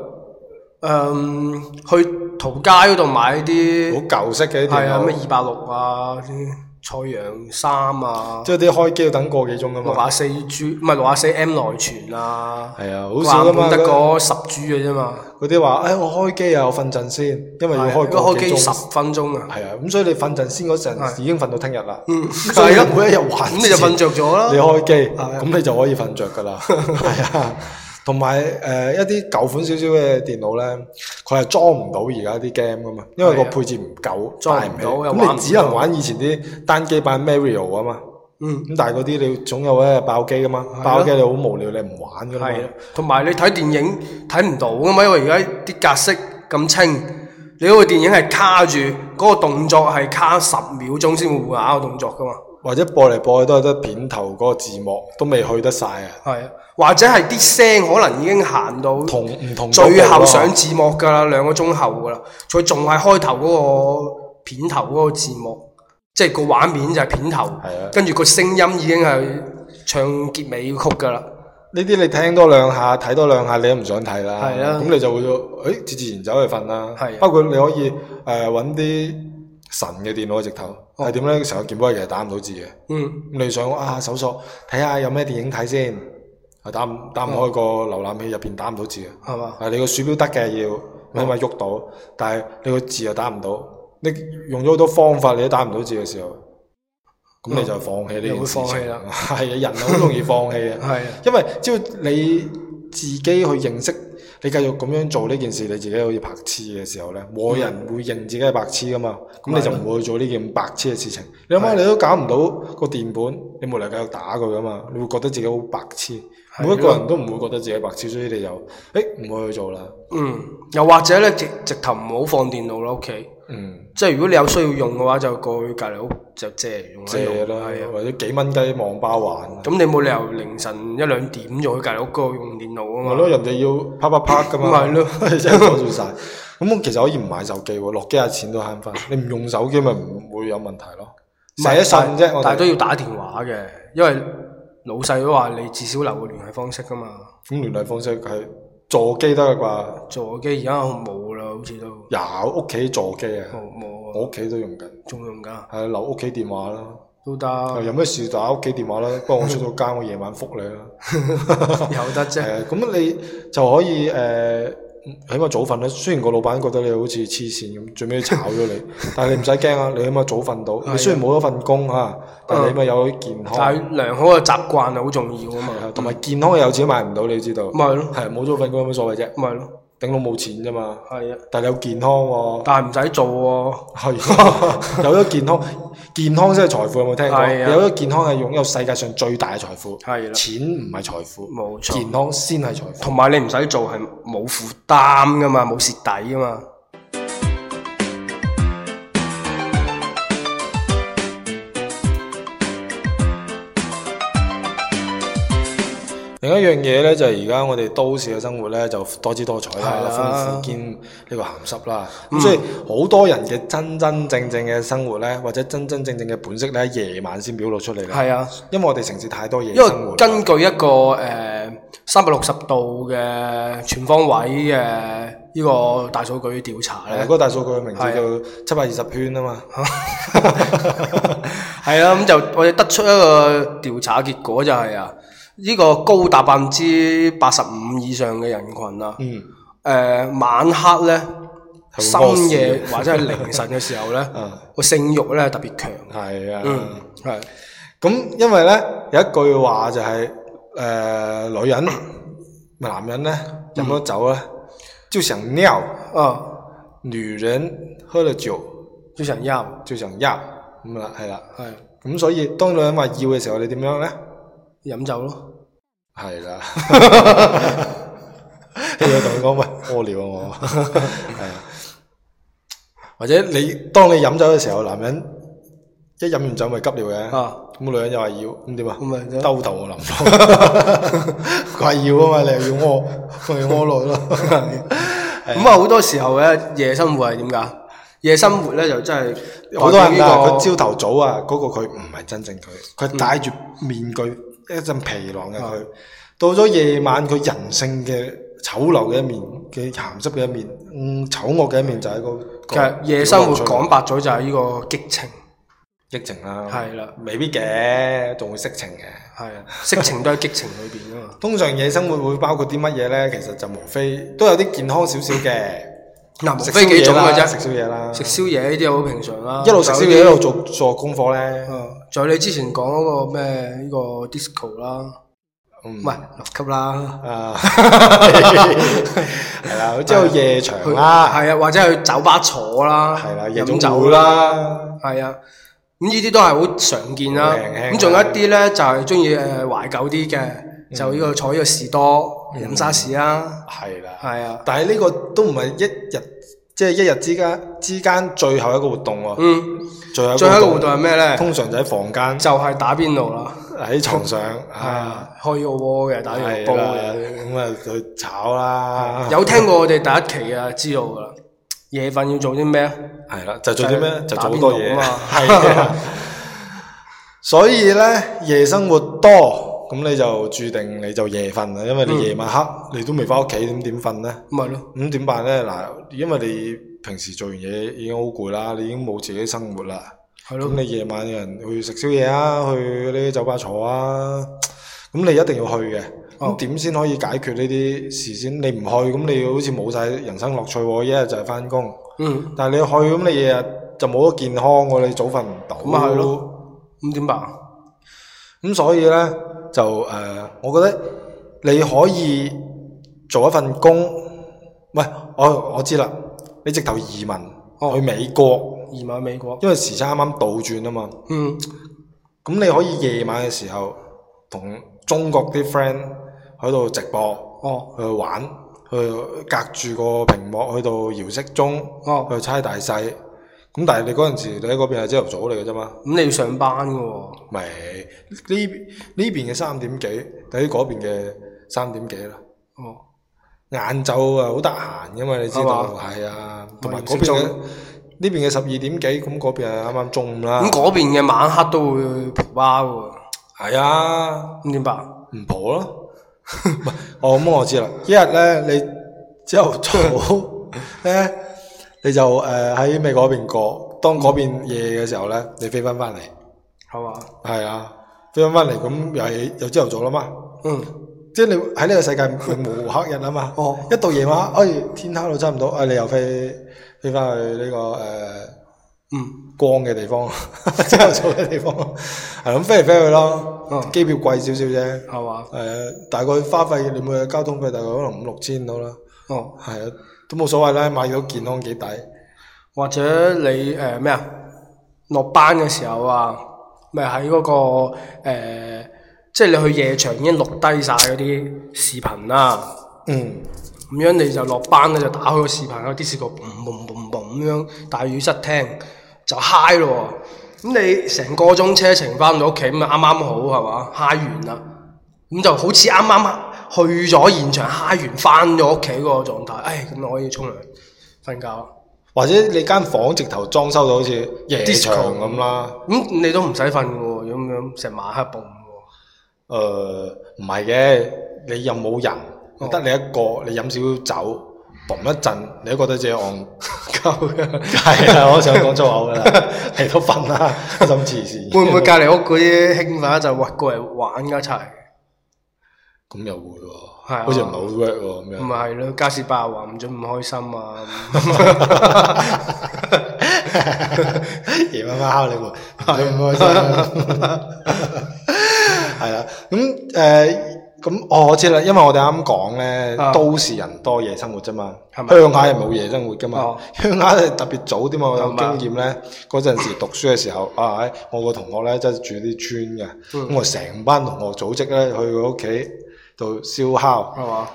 S3: 嗯去淘街嗰度買啲
S4: 舊式
S3: 係
S4: 嘅啲電
S3: 啊咩
S4: 腦，
S3: 二百六啊啲菜陽三啊，
S4: 即係啲開機要等個幾鐘噶
S3: 六
S4: 嘛。
S3: 啊四 G 唔係六啊四 M 內存啊。
S4: 係啊，好少噶
S3: 話
S4: 嘛
S3: 本。得嗰十 G 嘅啫嘛，
S4: 嗰啲話誒，我開機啊，我瞓陣先，因為要開
S3: 係啊
S4: 個
S3: 開
S4: 幾
S3: 機十
S4: 鐘。
S3: 分鐘啊，
S4: 係啊，咁所以你瞓陣先嗰陣
S3: 係
S4: 已經瞓到聽日啦。
S3: 嗯，
S4: 所以
S3: 係咯
S4: 每一日玩
S3: 咁你就
S4: 先
S3: 瞓着咗啦
S4: 啊你，開機，
S3: 啊
S4: 咁你就可以瞓着噶啦。 係啊，同埋誒一啲舊款少少嘅電腦咧，佢係裝唔到而家啲 game 噶嘛，因為個
S3: 係啊
S4: 配置唔夠，
S3: 裝唔
S4: 帶起
S3: 到又
S4: 咁
S3: 玩
S4: 你
S3: 唔
S4: 只能玩以前啲單機版 Mario 啊嘛。
S3: 嗯，
S4: 咁但係嗰啲你總有一日爆機噶嘛，
S3: 啊
S4: 爆機你好無聊，你唔玩噶嘛
S3: 係。啊，同埋你睇電影睇唔到噶嘛，因為而家啲格式咁清，你嗰個電影係卡住嗰、個動作係卡十秒鐘先會換下個動作噶嘛。
S4: 或者播嚟播去都係得片頭嗰個字幕，都未去得晒啊，
S3: 係啊，或者係啲聲可能已經行到
S4: 同唔同
S3: 最後上
S4: 想
S3: 字幕㗎啦，兩個鐘後㗎啦，佢仲係開頭嗰個片頭嗰個字幕，即係個畫面就係片頭
S4: 係啊，
S3: 跟住個聲音已經係唱結尾曲㗎啦。
S4: 呢啲你聽多兩下，睇多兩下，你都唔想睇啦。
S3: 係啊
S4: 咁你就會誒自自然走去瞓啦。
S3: 係啊
S4: 包括你可以誒揾啲神嘅電腦直頭
S3: 哦
S4: 係點咧？成個鍵盤其實打唔到字嘅。
S3: 嗯，
S4: 咁你想啊搜索睇下有咩電影睇先，係打唔打唔開個瀏覽器入邊打唔到字嘅。
S3: 係嘛？
S4: 啊，你個鼠標得嘅
S3: 哦
S4: 要，你咪喐到，但係你個字又打唔到，你用咗好多方法你都打唔到字嘅時候，咁你就放棄呢
S3: 你會
S4: 件事
S3: 放棄
S4: 情
S3: 啦。
S4: 係啊，人係好容易放棄嘅。
S3: 係啊，
S4: 因為只要你自己去認識，你繼續咁樣做呢件事，你自己好似白痴嘅時候呢，冇人會認自己係白痴噶嘛。咁你就
S3: 嗯
S4: 唔會去做呢件白痴嘅事情。你諗下，你都搞唔到個電本，你冇理由繼續打佢噶嘛。你會覺得自己好白痴。
S3: 係
S4: 每一個人都唔會覺得自己白痴，所以你就誒唔會去做啦。
S3: 嗯，又或者咧，直直頭唔好放電腦啦，屋企。
S4: 嗯，
S3: 即係如果你有需要用嘅話，就過去隔離屋就借嚟用一
S4: 借
S3: 用。
S4: 啦
S3: 係啊，，
S4: 或者幾蚊雞網吧玩。
S3: 咁你冇理由凌晨一兩點就去隔離屋嗰度用電腦啊嘛。
S4: 咪咯，人哋要啪啪啪噶嘛，
S3: 咪係咯，
S4: 真係阻住晒。咁我其實可以唔買手機喎，落機下錢都慳翻。你唔用手機咪唔會有問題咯。
S3: 唔
S4: 寫信啫，我
S3: 但係都
S4: 哋
S3: 要打電話嘅，因為老細都話你至少留個聯繫方式噶嘛。
S4: 咁聯繫方式係座機得啦
S3: 座機而家冇啦，好似都
S4: 啩，有屋企座機啊，
S3: 冇冇
S4: 我
S3: 啊，
S4: 屋企都用緊，
S3: 仲用㗎，
S4: 係留屋企電話啦。
S3: 都得，
S4: 哦有咩事打屋企電話啦，不過我出咗街，我夜晚覆你啦。
S3: 有得啫。
S4: 係啊，咁你就可以誒、呃起碼早瞓啦。雖然個老闆覺得你好似黐線咁，最尾炒咗 你，但係你唔使驚啊！你起碼早瞓到。
S3: 啊
S4: 你雖然冇咗份工嚇，但係你咪有健康，
S3: 但
S4: 係
S3: 係啊良好嘅習慣係好重要啊
S4: 啊
S3: 嘛。
S4: 同埋健康有錢買唔到，你知道。
S3: 咪係咯，
S4: 係啊冇咗份工有乜所謂啫？
S3: 咪係咯，
S4: 頂到冇錢啫嘛。
S3: 係啊。
S4: 但係你有健康喎、
S3: 但係唔使做喎。
S4: 係有咗健康，健康先係財富。有冇聽過？
S3: 係啊
S4: 有咗健康係擁有世界上最大嘅財富。
S3: 係啦啊
S4: 錢唔係財富，
S3: 冇錯
S4: 健康先係財富。
S3: 同埋你唔使做係冇負擔噶嘛，冇蝕底噶嘛。
S4: 另一樣嘢咧，就係而家我哋都市嘅生活咧，就多姿多彩
S3: 係
S4: 啦，
S3: 啦嗯
S4: 豐富兼呢個鹹濕啦。咁、所以好多人嘅真真正正嘅生活咧，或者真真正正嘅本色咧，夜晚先表露出嚟嘅。
S3: 係啊，
S4: 因為我哋城市太多夜
S3: 因為
S4: 生活啦。啊
S3: 根據一個誒三百六十度嘅全方位嘅呢個大數據調查
S4: 係啊
S3: 咧
S4: 嗰，個大數據嘅
S3: 係
S4: 名字
S3: 啊
S4: 叫七百二十圈啊嘛。
S3: 係啊，咁就我哋得出一個調查結果就係啊，呢、個高達百分之八十五以上嘅人群啊，誒、
S4: 嗯，
S3: 晚黑咧、
S4: 係會屙屎
S3: 深
S4: 嘅
S3: 夜或者係凌晨嘅時候 咧
S4: 嗯，
S3: 個性慾咧係特別強。
S4: 係啊。
S3: 嗯，係
S4: 咁因為咧有一句話就係、呃女人咪男人咧
S3: 嗯
S4: 飲咗酒咧就想尿，
S3: 啊，
S4: 女人喝了酒
S3: 就想要
S4: 就想尿咁啦，係啦。
S3: 係
S4: 咁所以當女人話要嘅時候，你點樣咧？
S3: 飲酒咯，
S4: 係啦， 你要同佢講喂，屙尿啊我，係啊。或者你當你飲酒嘅時候，男人一飲完酒咪急尿嘅，咁、
S3: 啊
S4: 女人又話要，咁點啊
S3: 咁？咪得
S4: 兜頭我淋湯，佢話要啊嘛，你又要屙，咪屙落咯。
S3: 咁啊，好多時候咧，夜生活係點㗎？夜生活咧就真係
S4: 好多人啊，
S3: 代表呢個
S4: 佢朝頭早啊，嗰、個佢唔係真正佢，佢戴住面具，一陣疲狼嘅
S3: 嗯
S4: 佢。到咗夜晚，佢人性嘅醜陋嘅一面，嘅鹹濕嘅一面，嗯，醜惡嘅一面就喺個
S3: 其實夜生活講白咗就係呢個激情，
S4: 疫情啦，
S3: 係啦，
S4: 未必嘅，仲會色情嘅。
S3: 係啊，色情都喺激情裏邊 啊嘛。
S4: 通常夜生活會包括啲乜嘢咧？其實就無非都有啲健康少少嘅，
S3: 嗱，無
S4: 食
S3: 非幾種嘅
S4: 宵夜啦
S3: 啫
S4: 食，宵夜啦，
S3: 食宵夜呢啲好平常啦。
S4: 一路食宵夜
S3: 仲
S4: 一
S3: 有啲。
S4: 路做做功課咧，
S3: 嗯仲有你之前講嗰個咩呢個 disco 啦，唔
S4: 唔
S3: 係六級 啦，
S4: 啊，係啊啦，之後夜場
S3: 去
S4: 啦，
S3: 係啊，或者去酒吧坐啦，
S4: 係啦，夜總
S3: 飲酒
S4: 會，啦，
S3: 係啊。咁呢啲都係好常見啦
S4: 好輕輕。
S3: 咁仲有一啲咧就係中意誒懷舊啲
S4: 嗯
S3: 嘅，就呢個坐呢個士多飲沙士啦，
S4: 係啦，
S3: 係啊，
S4: 但係呢個都唔係一日即係一日之間之間最後一個活動喎。
S3: 嗯，
S4: 最後
S3: 最後一個活
S4: 活
S3: 動係咩咧？
S4: 通常就喺房間，
S3: 就係打邊爐啦，
S4: 喺床上，
S3: 係
S4: 啊，
S3: 啊，開個鍋嘅，打完
S4: 係
S3: 個煲
S4: 啦
S3: 嘅。
S4: 咁啊去炒啦，
S3: 有聽過我哋第一期啊，知道噶啦。夜瞓要做啲咩啊？
S4: 係啦，就做啲咩？
S3: 就係
S4: 就做
S3: 打
S4: 好
S3: 邊
S4: 多
S3: 爐
S4: 嘢
S3: 啊嘛
S4: 係啊。所以咧，夜生活多，咁你就注定你就夜瞓啦，因為
S3: 嗯
S4: 你夜晚黑你都未翻屋企，咁點瞓咧？
S3: 咪咯，
S4: 咁點辦咧？嗱，因為你平時做完嘢已經好攰啦，你已經冇自己生活啦。
S3: 係
S4: 咁
S3: 咯，
S4: 你夜晚有人去食宵夜啊，去嗰啲酒吧坐啊，咁你一定要去嘅。
S3: 哦
S4: 咁點先可以解決呢啲事先？你唔去，咁你好似冇晒人生樂趣喎。一日就係翻工，
S3: 嗯，
S4: 但係你去，咁你日日就冇咗健康喎，你早瞓唔到。
S3: 咁咪係咯。咁點辦？
S4: 咁所以呢，就誒、呃我覺得你可以做一份工。喂，我我知啦，你直頭移民、
S3: 哦
S4: 去美國，
S3: 移民美國，
S4: 因為時差啱啱倒轉啊嘛。
S3: 嗯，
S4: 咁你可以夜晚嘅時候同中國啲 friend 喺度直播，
S3: 哦，
S4: 去玩，去隔住個屏幕去到搖骰盅，
S3: 哦，
S4: 去猜大細。咁但係你嗰陣時你喺嗰邊係朝頭早嚟嘅啫嘛，
S3: 咁你要上班噶喎，
S4: 咪呢呢邊嘅三點幾，等於嗰邊嘅三點幾啦。
S3: 哦，
S4: 晏晝啊好得閒嘅嘛，你知
S3: 係
S4: 道
S3: 嘛
S4: 係啊，
S3: 同
S4: 同
S3: 埋
S4: 埋嗰邊嘅
S3: 搖骰盅
S4: 呢邊嘅十二點幾，咁嗰邊係啱啱中午啦
S3: 咁。嗰邊嘅晚黑都會蒲吧噶喎，
S4: 係啊。
S3: 咁點辦？
S4: 唔蒲咯。 唔係哦，咁我知啦。一日咧，你朝頭早 咧，你就誒喺、美國嗰邊過。
S3: 嗯
S4: 當嗰邊夜嘅時候咧，你飛翻翻嚟，
S3: 係嘛？
S4: 係啊，飛翻翻嚟咁又係又朝頭早啦嘛。
S3: 嗯，
S4: 即係你喺呢個世界無黑日啊嘛。
S3: 哦
S4: 一到夜晚，哎，天黑到差唔多，哎，你又飛飛翻去呢、個誒。
S3: 嗯，
S4: 光嘅 地方，朝頭早嘅地方，係咁飛嚟飛去咯
S3: 嗯，
S4: 機票貴少少啫，
S3: 係嘛？
S4: 誒、大概花費你每日交通費大概可能五六千到啦，
S3: 哦。
S4: 係啊，都冇所謂啦，買到健康幾抵，
S3: 或者你誒咩啊？落班嘅時候啊，咪喺嗰個、呃、即係你去夜場已經錄低晒嗰啲視頻啦。
S4: 嗯，
S3: 咁樣你就落班咧就打開個視頻，喺個 disco 嘣嘣嘣嘣咁樣大雨室聽就嗨 i 咯喎。咁你成個鐘車程翻到屋企咁啊啱啱好係嘛嗨完啦，咁就好似啱啱去咗現場嗨完翻咗屋企嗰個狀態。唉，咁我可以沖涼瞓覺啦。
S4: 或者你間房直頭裝修到好似夜
S3: Disco
S4: 場咁啦，
S3: 咁你都唔使瞓嘅喎，咁樣成晚黑蹦嘅
S4: 誒呃唔係嘅，你又冇人
S3: 哦，
S4: 得、你一個，你飲少少酒，嘣一陣，你都覺得自己戇，
S3: 喎，夠嘅。
S4: 係 啊，我想講粗口噶 啦，嚟到瞓啦，心黐線，
S3: 會唔會隔離屋嗰啲興奮就喂過嚟玩㗎一齊？
S4: 咁又會
S3: 係啊
S4: 喎，好似唔係好 work 喎咁
S3: 唔
S4: 樣。
S3: 係咯，加士伯話唔準唔開心啊！
S4: 夜晚晚敲你門，係唔開心啊。係啦，咁誒，咁哦我知啦，因為我哋啱啱講咧
S3: 啊，
S4: 都市人多夜生活啫嘛，
S3: 係咪
S4: 鄉下係冇夜生活噶嘛
S3: 哦，
S4: 鄉下係特別早啲嘛。我有
S3: 係嘛
S4: 經驗咧，嗰陣時讀書嘅時候，啊，唉我個同學咧真係住啲村
S3: 嗯
S4: 嘅，咁我成班同學組織咧去佢屋企度燒烤。
S3: 係嘛？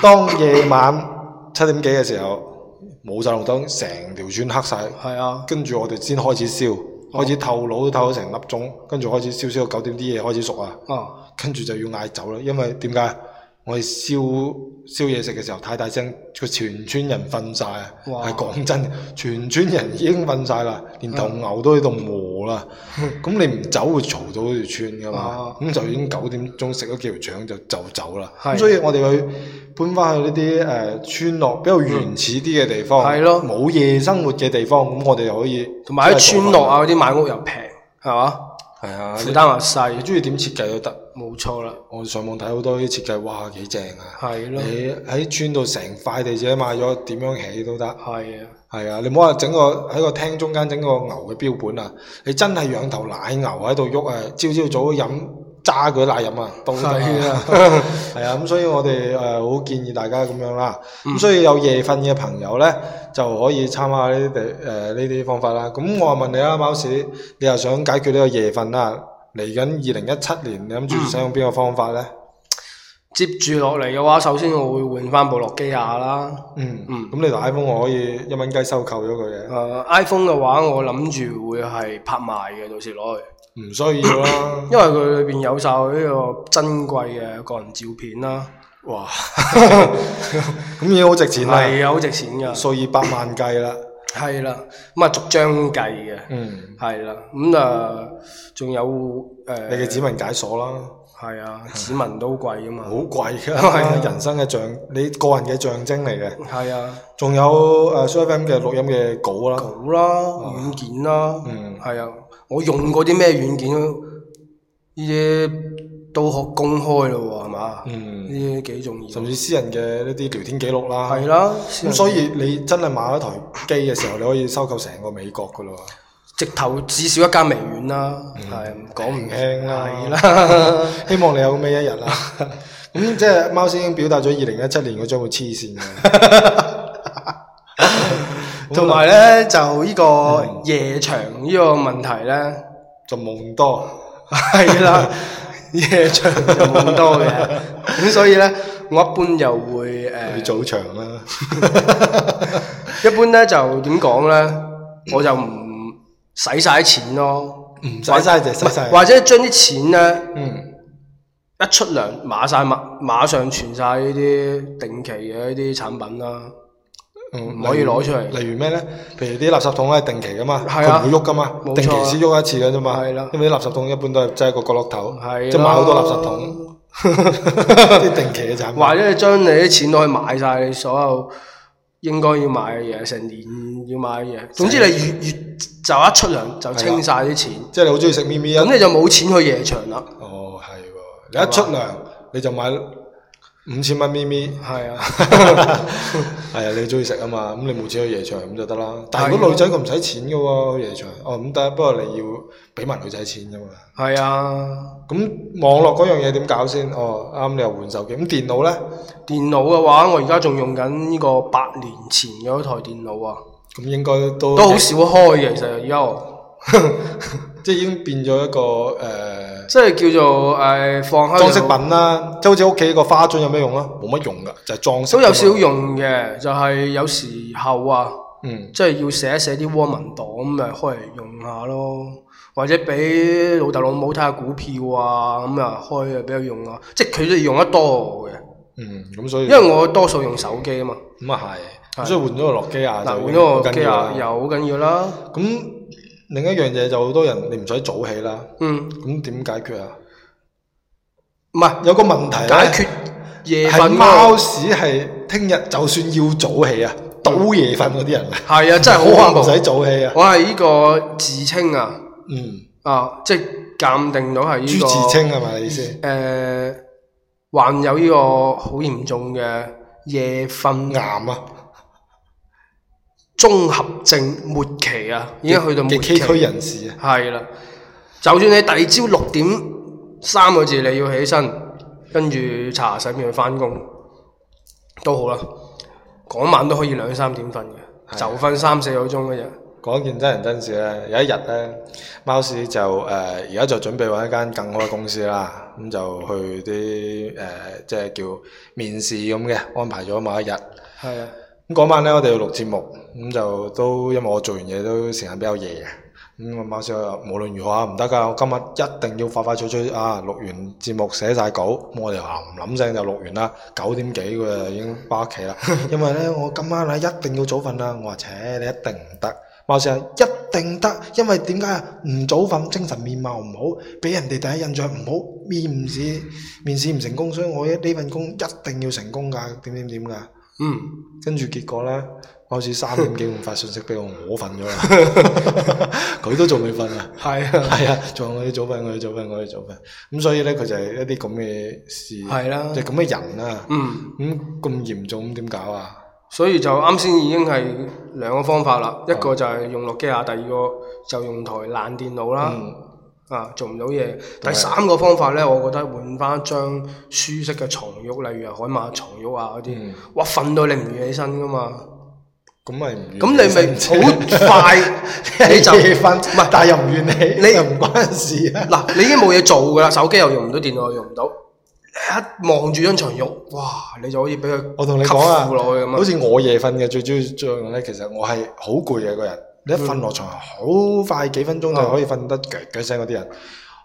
S4: 當夜晚七點幾嘅時候，冇晒路燈，成條村黑晒。
S3: 係啊，
S4: 跟住我哋先開始燒，開始透腦都透咗成粒鐘，跟住開始燒燒到九點啲嘢開始熟啊，
S3: 哦，
S4: 跟住就要嗌走啦，因為點解？我哋燒燒嘢食嘅時候太大聲，佢全村人瞓晒啊！
S3: 哇
S4: 係講真，全村人已經瞓晒啦，連頭
S3: 嗯
S4: 牛都喺度餓啦。 咁你唔走會嘈到條村噶嘛
S3: 啊？
S4: 咁就已經九點鐘食咗幾條腸就就走啦。
S3: 係
S4: 咁所以我哋去搬翻去呢啲誒呃村落比較原始啲嘅地方，
S3: 係咯
S4: 冇夜生活嘅地方，咁我哋又可以
S3: 同埋喺村落啊
S4: 啊，
S3: 嗰啲買屋又平，係嘛？
S4: 係啊，
S3: 負
S4: 你
S3: 擔又
S4: 你
S3: 細，
S4: 中意點設計都得。
S3: 冇錯啦，
S4: 我上網睇好多啲設計，哇幾正啊！
S3: 係咯，
S4: 你喺村度成塊地自己買咗，點樣起都得。
S3: 係啊，
S4: 係啊，你唔好話整個喺個廳中間整個牛嘅標本啊！你真係養頭奶牛喺度喐啊！朝朝早飲揸佢奶飲啊，都得
S3: 係
S4: 啊
S3: 啊！
S4: 係啊，咁所以我哋誒好建議大家咁樣啦。咁、所以有夜瞓嘅朋友咧，就可以參考呢啲地誒呃呢啲方法啦。咁我問你啦，貓屎，你又想解決呢個夜瞓啦？嚟緊二零一七年，你諗住使用邊個方法咧？
S3: 接住落嚟嘅話，首先我會換翻部諾基亞啦。
S4: 嗯
S3: 嗯
S4: 咁你台 iPhone 我可以一蚊雞收購咗佢嘅
S3: 誒、，iPhone 啊嘅話，我諗住會係拍賣嘅，到時攞去，
S4: 唔需要啦。
S3: 因為佢裏邊有晒呢個珍貴嘅個人照片啦，
S4: 哇，咁已經好值錢啦，
S3: 係啊，好值錢㗎。
S4: 數以百萬計啦。
S3: 係啦，咁啊逐張計嘅，
S4: 嗯，
S3: 係啦，咁啊仲有誒，
S4: 你嘅指紋解鎖啦，
S3: 係啊，指紋都貴噶嘛
S4: 好，貴
S3: 係啊
S4: 㗎，人生嘅象，你個人嘅象徵嚟嘅。
S3: 係啊，
S4: 仲有呃誒 s u FM 嘅錄音嘅稿啦，
S3: 好啦，軟件啦，
S4: 啊嗯
S3: 係啊，我用過啲咩軟件呢啲都可公開咯喎，係嘛？
S4: 嗯
S3: 呢啲幾重要，
S4: 甚至私人嘅呢啲聊天記錄啦。
S3: 係啦，
S4: 咁所以你真係買咗台機嘅時候，你可以收購成個美國㗎咯喎。
S3: 直頭至少一間微軟啦，
S4: 嗯
S3: 係唔講唔
S4: 輕啦
S3: 係啦，
S4: 希望你有咁嘅一日啦。 咁即係貓先已經表達咗二零一七年嗰張會黐線啊嘅，
S3: 同埋咧就呢
S4: 嗯
S3: 個夜場呢個問題 咧。
S4: 就夢多。
S3: 係啦，夜場就冇咁多嘅， 咁所以咧，我一般就會誒、
S4: 去早場啦，
S3: 一般咧就點講咧，我就唔使晒啲錢咯，
S4: 唔使嘥就嘥晒。
S3: 或者將啲錢咧
S4: 嗯，
S3: 一出糧馬晒馬馬上存晒呢啲定期嘅呢啲產品啦，
S4: 唔
S3: 唔可以攞出嚟
S4: 嗯例如咩咧？譬如啲垃圾桶係定期噶嘛，
S3: 係啊
S4: 佢唔會喐噶嘛，
S3: 冇錯啊
S4: 定期先喐一次嘅啫嘛。
S3: 係啦
S4: 因為啲垃圾桶一般都係擠一個角落頭，
S3: 係
S4: 即係買好多垃圾桶，
S3: 桶，
S4: 啲定期嘅產品。
S3: 或者你將你啲錢攞去買晒你所有應該要買嘅嘢，成年要買嘅嘢，總之你越越就一出糧就清晒啲錢。
S4: 即係你好中意食咪咪啊？
S3: 咁你就冇錢去夜場啦。
S4: 哦，係喎，你一出糧你就買五千蚊咪咪。
S3: 係啊，
S4: 係啊，你中意食啊嘛，咁你冇錢去夜場咁就得啦。
S3: 啊
S4: 但係如果女仔佢唔使錢嘅喎，去夜場，哦咁得，不過你要俾埋女仔錢噶嘛。
S3: 係啊。
S4: 咁網絡嗰樣嘢點搞先？哦，啱你又換手機，咁電腦咧，
S3: 電腦嘅話，我而家仲用緊呢個八年前嘅嗰台電腦啊，
S4: 咁應該都
S3: 都好少開嘅。其實而家我
S4: 即係已經變咗一個誒、呃、
S3: 即係叫做誒、呃放開
S4: 裝飾品啦，即係好似屋企個花樽有咩用啊？冇乜用㗎，就係、裝飾。
S3: 都
S4: 啊
S3: 有少，用嘅，就係、有時候啊，
S4: 嗯，
S3: 即係要寫一寫啲 Word 文檔咁咪開嚟用下咯。或者俾老豆老母睇下股票啊，咁啊開啊俾佢用啊，即係佢哋用得多我嘅，
S4: 嗯，咁所以
S3: 因為我多數用手機啊嘛。
S4: 咁啊係，咁所以換咗個諾基亞啊就
S3: 嗱，換
S4: 已經好
S3: 咗個
S4: 緊
S3: 機
S4: 要啦
S3: 啊，又好緊要啦。
S4: 咁另一樣嘢就好多人你唔使早起啦，
S3: 嗯，
S4: 咁點解決啊？
S3: 唔係
S4: 有個問題
S3: 解
S4: 咧，
S3: 決夜
S4: 啊係
S3: 瞓
S4: 貓
S3: 貓，
S4: 屎係聽日就算要早起啊，倒夜瞓嗰啲人啊，
S3: 係嗯啊，真係好
S4: 唔使
S3: 恐怖。
S4: 早起啊。
S3: 我係呢個自稱啊，
S4: 嗯，
S3: 啊，即係鑑定到係呢個
S4: 朱自清係咪你意思？
S3: 誒，呃患有呢個好嚴重嘅夜瞓
S4: 癌啊
S3: 綜合症末期啊，已經去到末
S4: 嘅
S3: 期
S4: 崎，嶇人士啊，
S3: 係啦。就算你第二朝六點三個字你要起身，跟住搽洗面去翻工都好啦，嗰晚都可以兩三點瞓嘅，就瞓三四個鐘嘅啫。
S4: 講件真人真事咧，有一日咧，貓屎就誒而家就準備揾一間更好嘅公司啦，咁就去啲誒、呃即係叫面試咁嘅，安排咗某一日。
S3: 係啊，
S4: 咁嗰晚咧，我哋要錄節目，咁就都因為我做完嘢都時間比較夜嘅，咁我貓少話無論如何啊唔得㗎，我今日一定要快快脆脆啊錄完節目寫晒稿，咁我哋啊唔諗聲就錄完啦，九點幾佢就已經翻屋企啦， 因為咧我今晚啊一定要早瞓啦，我話扯你一定唔得。貓少話一定得，因為點解啊？唔早瞓，精神面貌唔好，俾人哋第一印象唔好，面試面試唔成功，所以我呢份工一定要成功㗎，點點點㗎。
S3: 嗯。
S4: 跟住結果咧，我好 似三點幾咁發信息俾我，我瞓咗啦，佢都仲未瞓啊，
S3: 係啊，
S4: 係啊，仲有我要早瞓，我要早瞓，我要早瞓，咁所以咧佢就係一啲咁嘅事，
S3: 係啦
S4: 就係咁嘅人啦，
S3: 嗯，
S4: 咁咁嚴重咁點搞啊？
S3: 所以就啱先已經係兩個方法
S4: 哦
S3: 啦，一個就係用諾基亞，第二個就用台爛電腦啦，
S4: 嗯，
S3: 啊做唔到嘢。第三個方法呢，我覺得換翻張舒適嘅床褥，例如係海馬床褥啊嗰啲
S4: 嗯，
S3: 哇瞓到你唔願起身噶嘛，
S4: 咁咪唔
S3: 咁你咪好快你
S4: 你
S3: 就
S4: 就瞓，唔係，但係又唔怨你，
S3: 你
S4: 又唔關事啊，
S3: 嗱，你已經冇嘢做噶啦，手機又用唔到，電腦又用唔到，一望住張長肉，哇！你就可以俾佢
S4: 我同你講啊
S3: 吸附落去咁啊，
S4: 好似我夜瞓嘅最主要作用咧，其實我係好攰嘅個人，你一
S3: 嗯
S4: 瞓落床，好快幾分鐘
S3: 哦
S4: 就可以瞓得腳腳聲嗰啲人，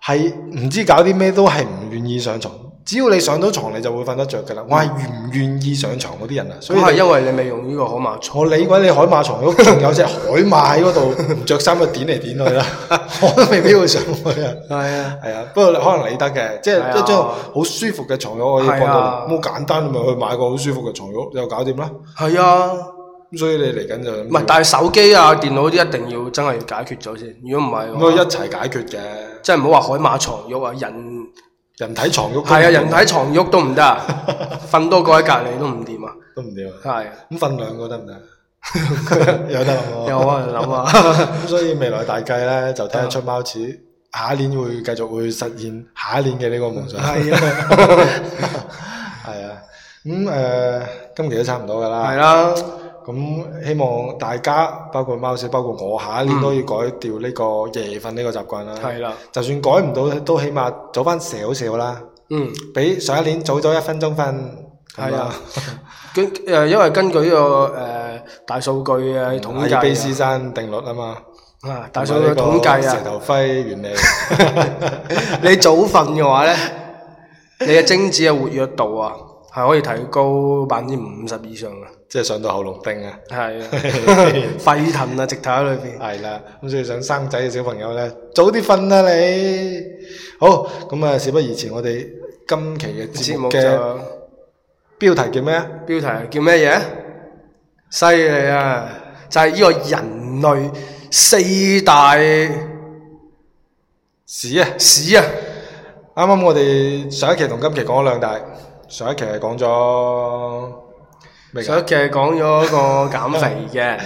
S4: 係唔知搞啲咩都係唔願意上床。只要你上到床，你就會瞓得着噶啦。我係願唔願意上床嗰啲人啊，所
S3: 咁
S4: 以
S3: 嗯哦係因為你未用呢個海馬床。
S4: 我理鬼你海馬床嗰仲有隻海馬喺嗰度，唔着衫就點嚟點去 啦，我都未必會上去啊。
S3: 係啊，
S4: 係啊，不過可能你得嘅，即係
S3: 係啊
S4: 一張好舒服嘅床褥可以幫
S3: 係
S4: 到
S3: 啊
S4: 你。咁好簡單，你咪去買個好舒服嘅床褥，又搞掂啦。
S3: 係啊。
S4: 咁所以你嚟緊就唔
S3: 唔係，但係手機啊、電腦啲一定要真係要解決咗先。如果唔係嘅話，
S4: 咁啊一齊解決嘅
S3: 即係唔好話海馬床褥啊，人
S4: 人體床褥。
S3: 係啊，人體床褥都唔得 啊，瞓多個喺隔離都唔掂啊。
S4: 都唔掂啊。
S3: 係，
S4: 咁瞓兩個 得唔得？有得喎
S3: 有可能諗 啊。
S4: 咁所以未來大計咧，就睇得出貓似下一年會繼續會實現下一年嘅呢個夢想。係啊， 係啊。咁誒、呃今期都差唔多噶啦。
S3: 係啊啦，
S4: 咁希望大家包括貓史，包括我下一年都要改掉呢個夜瞓呢個習慣啦。
S3: 嗯係啦，
S4: 就算改唔到，都起碼早翻少少啦，
S3: 嗯。
S4: 比上一年早咗一分鐘瞓。
S3: 係啊，根誒，因為根據呢個誒大數據嘅
S4: 咁
S3: 統
S4: 啊，阿爾卑斯
S3: 計
S4: 山定律啊嘛，
S3: 啊啊，大數據統計
S4: 石
S3: 啊，
S4: 頭輝原理。
S3: 你早瞓嘅話咧，你嘅精子嘅活躍度啊，係可以提高百分之五十以上啊嘅。
S4: 即係上到喉嚨叮啊！
S3: 係啊， 沸騰啊，直頭喺裏邊。
S4: 係啦，咁所以想生仔嘅小朋友咧，早啲瞓啦你。好，咁啊，事不宜遲，我哋今期嘅節
S3: 節
S4: 目
S3: 目
S4: 嘅
S3: 就
S4: 標題叫咩啊？
S3: 標題叫咩嘢？犀利啊！就係、呢個人類四大
S4: 屎啊！
S3: 屎啊！
S4: 啱啱我哋上一期同今期講咗兩大，上一期係講咗咩
S3: 上
S4: 㗎？
S3: 一期講咗個減肥嘅，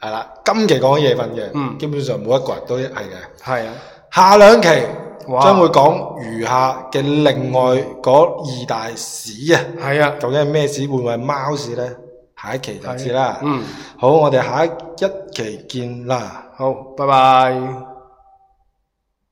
S4: 係啦，今期講夜瞓嘅，
S3: 嗯
S4: 基本上每一個人都係嘅。
S3: 係啊，
S4: 下兩期
S3: 哇
S4: 將會講餘下嘅另外嗰二大屎啊！
S3: 係啊，
S4: 究竟係咩屎？會唔會係貓屎呢？下一期就知啦。
S3: 嗯，
S4: 好，我哋下一期見啦。
S3: 好，拜拜。